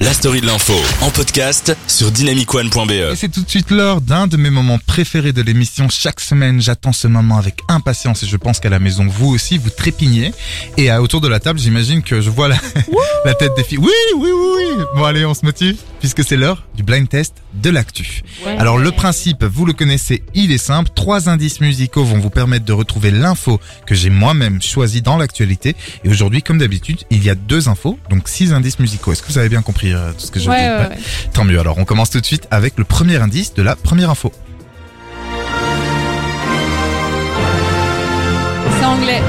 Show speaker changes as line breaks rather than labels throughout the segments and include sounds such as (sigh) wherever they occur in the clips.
La story de l'info en podcast sur dynamicone.be.
Et c'est tout de suite l'heure d'un de mes moments préférés de l'émission. Chaque semaine, j'attends ce moment avec impatience et je pense qu'à la maison, vous aussi, vous trépignez. Et à, autour de la table, j'imagine que je vois la, (laughs) la tête des filles. Oui, oui, oui, oui. Bon, allez, on se motive puisque c'est l'heure du blind test de l'actu. Alors, le principe, vous le connaissez, il est simple. Trois indices musicaux vont vous permettre de retrouver l'info que j'ai moi-même choisie dans l'actualité. Et aujourd'hui, comme d'habitude, il y a deux infos, donc six indices musicaux. Est-ce que vous avez bien compris euh, tout ce que je vous dis
Ouais, ouais, ouais.
Tant mieux, alors on commence tout de suite avec le premier indice de la première info.
C'est anglais,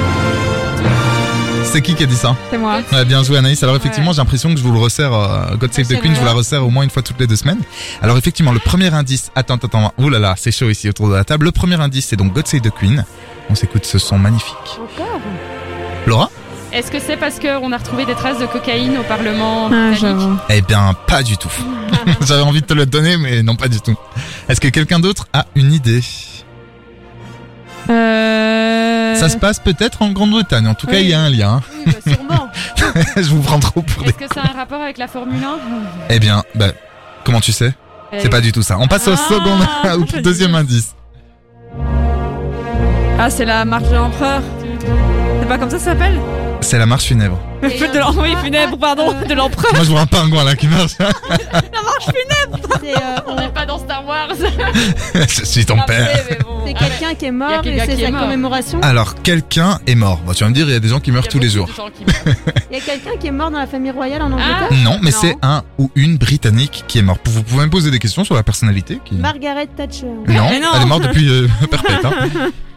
C'est qui qui a dit ça
c'est moi.
Ouais, Bien joué Anaïs, alors effectivement j'ai l'impression que je vous le resserre, euh, God Save the Queen, je vous la resserre au moins une fois toutes les deux semaines. Alors effectivement le premier indice, attends, attends, attends, Ouh là là, c'est chaud ici autour de la table, le premier indice c'est donc God Save the Queen, on s'écoute ce son magnifique. Laura
Est-ce que c'est parce qu'on a retrouvé des traces de cocaïne au Parlement
Ah,
britannique
j'avoue.
Eh bien pas du
(laughs)
tout. J'avais envie de te le donner mais non pas du tout. Est-ce que quelqu'un d'autre a une idée
Euh...
Ça se passe peut-être en Grande-Bretagne, en tout cas
oui.
il y a un lien, hein.
Oui, bah, sûrement.
(laughs) je vous prends trop
(laughs)
pour des...
Est-ce que ça a un rapport avec la Formule 1
Eh bien, bah, comment tu sais (laughs) C'est pas du tout ça. On passe au
Ah,
second, (laughs) au
je
deuxième indice.
Ah, c'est la marche de l'empereur. C'est pas comme ça que ça s'appelle
C'est la marche funèbre.
Le feu de l'empereur, oui, funèbre, pardon, de l'empereur.
Moi, je vois un pingouin là qui marche. (laughs)
C'est euh,
On n'est pas dans Star Wars. Ah,
je suis (laughs) ton père.
mais bon.
c'est quelqu'un qui est
Y a
mort et
quelqu'un
c'est
qui est
sa
mort.
commémoration.
Alors, quelqu'un est mort. Bon, tu vas me dire, il y a des gens qui meurent Ah, tous les jours.
Il y a quelqu'un qui est mort dans la famille royale en
Ah,
Angleterre.
Non, mais
Non.
c'est un ou une Britannique qui est mort. Vous pouvez me poser des questions sur la personnalité.
Ah.
Qui...
Margaret Thatcher.
Non,
Mais non.
elle est morte depuis euh, perpète. hein.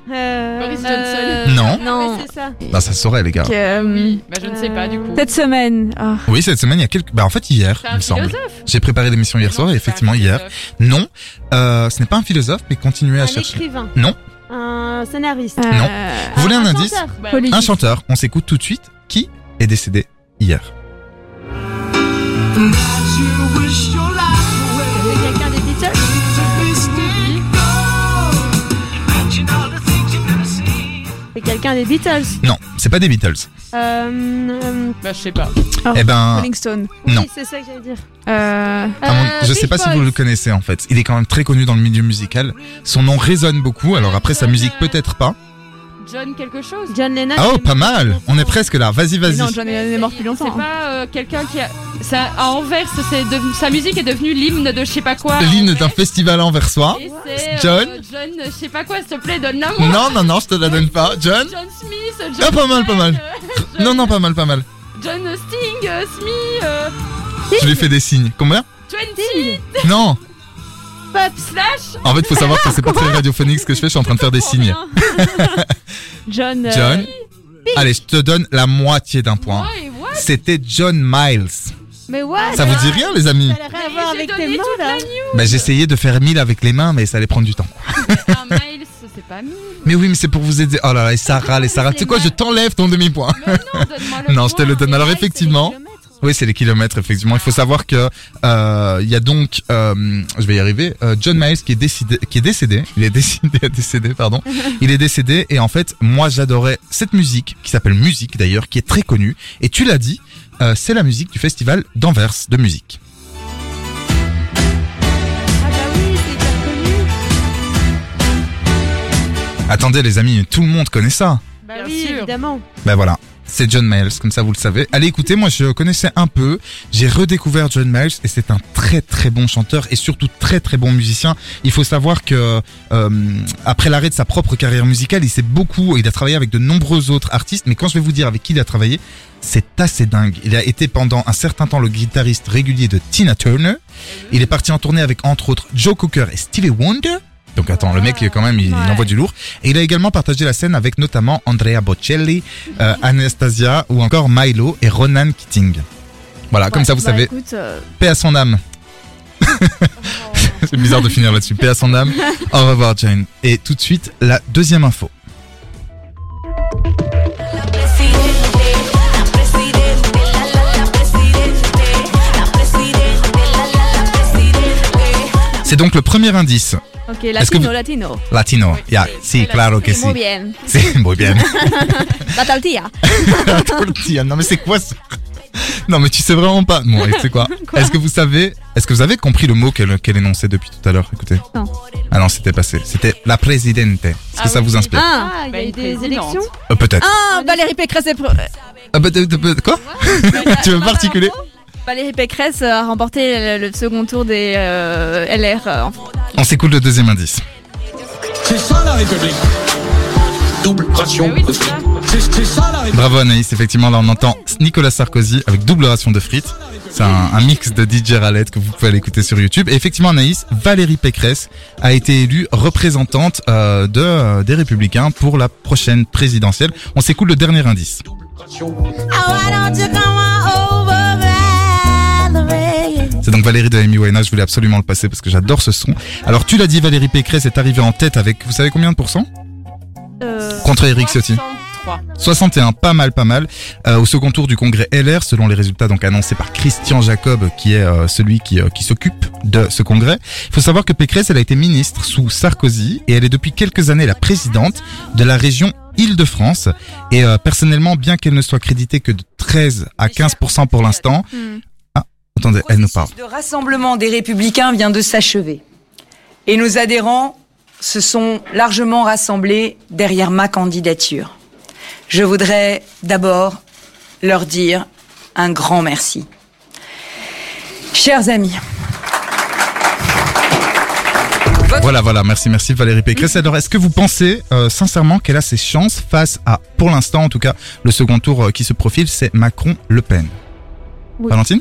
Euh,
Boris Johnson. Ah,
euh,
Non.
Non.
Non.
mais c'est ça.
Bah, ça se saurait, les gars.
Que, euh,
Oui, bah, je ne sais pas du coup.
Cette semaine. Ah.
Oui, cette semaine, il y a quelques. Bah, en fait, hier,
C'est
il
un
me semble.
philosophe.
J'ai préparé l'émission hier
Non,
soir et
c'est
effectivement,
un
hier.
philosophe.
Non, euh, ce n'est pas un philosophe, mais continuez à
Un
chercher.
écrivain.
Non.
Un scénariste.
Euh,
Non. Vous voulez un indice
chanteur.
Bah,
Politique.
Un chanteur, on s'écoute tout de suite. Qui est décédé hier
C'est quelqu'un des Beatles. C'est quelqu'un des Beatles.
Non, c'est pas des Beatles.
Oh.
Euh, euh,
Bah, je sais pas.
Eh ben,
Rolling Stone.
oui,
Non.
c'est ça que j'allais dire.
Euh...
à Ah, mon-
Euh,
je sais
Beach
pas si vous
Boys.
le connaissez en fait. Il est quand même très connu dans le milieu musical. Son nom résonne beaucoup. Alors après sa musique peut-être pas.
John quelque chose
John Lennon.
Ah oh, pas mal. On est presque là. Vas-y,
mais
vas-y.
Non, John Lennon est mort depuis
C'est
longtemps. hein.
pas euh, quelqu'un qui a. Ça, à Anvers, c'est devenu- sa musique est devenue l'hymne de je sais pas quoi. à
L'hymne
Anvers.
d'un festival anversois.
Et c'est,
John
euh, John, je sais pas quoi, s'il te plaît, donne-la moi.
Non, non, non, je te la donne pas. John
John Smith, John.
Ah, pas mal, pas mal.
Drake, euh,
Non, non, pas mal, pas mal.
John Sting, euh, Smith, euh,
Je lui fais des signes. Combien
20,
Non.
Pop Slash.
En fait, faut savoir que c'est pas très radiophonique ce que je fais. Je suis en train de faire des signes.
John. euh,
John. Allez, je te donne la moitié d'un point.
Ouais, what
C'était John Miles.
Mais ouais.
Ça vous dit rien, les amis
Ça a rien à voir
J'ai
avec
donné
tes mots
toute la
là.
nuit.
Bah, j'essayais de faire 1000 avec les mains, mais ça allait prendre du temps.
Un Miles, c'est pas mille.
Mais oui, mais c'est pour vous aider. Oh là là, et Sarah, les Sarah, tu sais quoi, je t'enlève ton demi-point.
Mais non, donne-moi le
Non, je te le
point.
donne. Alors effectivement,
Ah,
oui, c'est les kilomètres, effectivement. Il faut savoir que euh, il y a donc, euh, je vais y arriver, euh, John Miles qui est décidé, qui est décédé. Il est décidé (laughs) à décéder, pardon. Il est décédé et en fait, moi, j'adorais cette musique qui s'appelle musique d'ailleurs, qui est très connue. Et tu l'as dit, euh, c'est la musique du festival d'Anvers de musique.
Ah bah oui, c'est hyper connu.
Attendez, les amis, tout le monde connaît ça. hein.
Bah
Bien
oui,
sûr.
évidemment.
Ben voilà. C'est John Miles, comme ça vous le savez. Allez écoutez, moi je connaissais un peu, j'ai redécouvert John Miles et c'est un très très bon chanteur et surtout très très bon musicien. Il faut savoir que euh, après l'arrêt de sa propre carrière musicale, il s'est beaucoup, il a travaillé avec de nombreux autres artistes, mais quand je vais vous dire avec qui il a travaillé, c'est assez dingue. Il a été pendant un certain temps le guitariste régulier de Tina Turner. Il est parti en tournée avec entre autres Joe Cocker et Stevie Wonder. Donc attends, le mec quand même, il, il
Ouais.
envoie du lourd. Et il a également partagé la scène avec notamment Andrea Bocelli, euh, Anastasia ou encore Milo et Ronan Keating. Voilà, comme
ouais,
ça vous
bah,
savez,
Écoute, euh,
paix à son âme. (laughs) C'est bizarre de finir là-dessus, paix à son âme. Au revoir Jane. Et tout de suite, la deuxième info.
Presidente, la presidente, la la la presidente, la presidente, la la la presidente.
C'est donc le premier indice.
ok,
Est-ce que
latino,
vous-
latino.
Latino. Yeah, si, claro que
Oui,
si.
Muy bien.
(laughs) C'est muy bien.
La tortilla.
(laughs) Tortilla. Non mais c'est quoi ça (laughs) Non, mais tu sais vraiment pas. Bon, et tu sais quoi, Est-ce que vous savez Est-ce que vous avez compris le mot qu'elle qu'elle énonçait depuis tout à l'heure Écoutez.
Non.
Ah non, c'était passé. C'était la présidente. Est-ce que
Ah
ça
oui,
vous
oui.
inspire
Un,
Ah, il y
Bah,
a eu
une
des
présidente.
élections
Euh,
Ah,
Peut-être.
un, Valérie Pécresse est pre-
Ah, peut-être, peut-être- Quoi (laughs) Tu veux particulier
Valérie Pécresse euh, a remporté le, le second tour des euh, LR. euh, en France.
On s'écoute le deuxième indice.
C'est ça la République. Double ration
Bah oui,
de
c'est
frites.
ça.
C'est c'est ça la République.
Bravo Anaïs, effectivement là on entend Nicolas Sarkozy avec double ration de frites. C'est un, un mix de DJ Ralette que vous pouvez aller écouter sur YouTube. Et effectivement Anaïs, Valérie Pécresse a été élue représentante euh, de, euh, des Républicains pour la prochaine présidentielle. On s'écoute le dernier indice. C'est donc Valérie de Amy Winehouse, je voulais absolument le passer parce que j'adore ce son. Alors tu l'as dit, Valérie Pécresse est arrivée en tête avec, vous savez combien de pourcents
Euh,
Contre Eric Ciotti.
63.
61, pas mal, pas mal. Euh, au second tour du congrès LR, selon les résultats donc annoncés par Christian Jacob, qui est euh, celui qui, euh, qui s'occupe de ce congrès, il faut savoir que Pécresse, elle a été ministre sous Sarkozy et elle est depuis quelques années la présidente de la région Île-de-France. Et euh, personnellement, bien qu'elle ne soit créditée que de 13 à 15% pour l'instant,
Hmm.
ah, attendez, elle nous parle.
Le rassemblement des républicains vient de s'achever. Et nos adhérents se sont largement rassemblés derrière ma candidature. Je voudrais d'abord leur dire un grand merci. Chers amis,
Voilà, voilà, merci, merci Valérie Pécresse. Alors, est-ce que vous pensez euh, sincèrement qu'elle a ses chances face à, pour l'instant en tout cas, le second tour euh, qui se profile, c'est Macron-Le Pen
Oui.
Valentine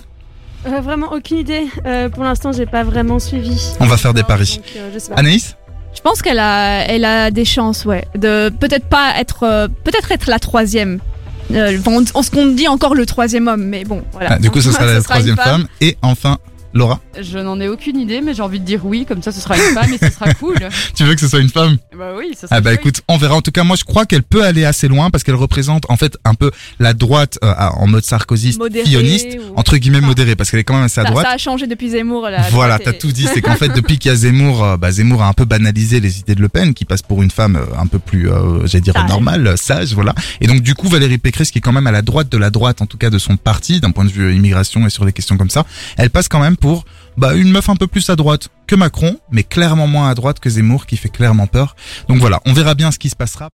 euh, vraiment aucune idée. Euh, pour l'instant, j'ai pas vraiment suivi.
On va faire des paris.
Donc, euh, je
Bah.
sais pas.
Anaïs
Je pense qu'elle a, elle a des chances, ouais. De peut-être pas être, euh, peut-être être la troisième. Euh, bon, on, on se compte dit encore le troisième homme, mais bon, voilà.
Ah, Du coup, ce
(laughs)
sera la
une
troisième femme. Et enfin, Laura.
Je n'en ai aucune idée, mais j'ai envie de dire oui, comme ça ce sera une femme et ce sera cool.
Tu veux que ce soit une femme
bah oui, ça sera
Ah bah
chouette.
écoute, on verra. En tout cas, moi, je crois qu'elle peut aller assez loin parce qu'elle représente en fait un peu la droite euh, à- en mode sarkozyste,
Modérée Bah,
filloniste,
ou-
entre guillemets
Enfin,
modérée, parce qu'elle est quand même assez à
Ça,
droite.
ça a changé depuis Zemmour, là.
Voilà,
C'était-
t'as tout dit. C'est qu'en fait, depuis qu'il y a Zemmour, euh, bah, Zemmour a un peu banalisé les idées de Le Pen, qui passe pour une femme euh, un peu plus, euh, j'allais dire,
Sage.
normale, euh, sage, voilà. Et donc, du coup, Valérie Pécresse, qui est quand même à la droite de la droite, en tout cas de son parti, d'un point de vue euh, immigration et sur les questions comme ça, elle passe quand même pour bah, une meuf un peu plus à droite que Macron, mais clairement moins à droite que Zemmour, qui fait clairement peur. Donc voilà, on verra bien ce qui se passera.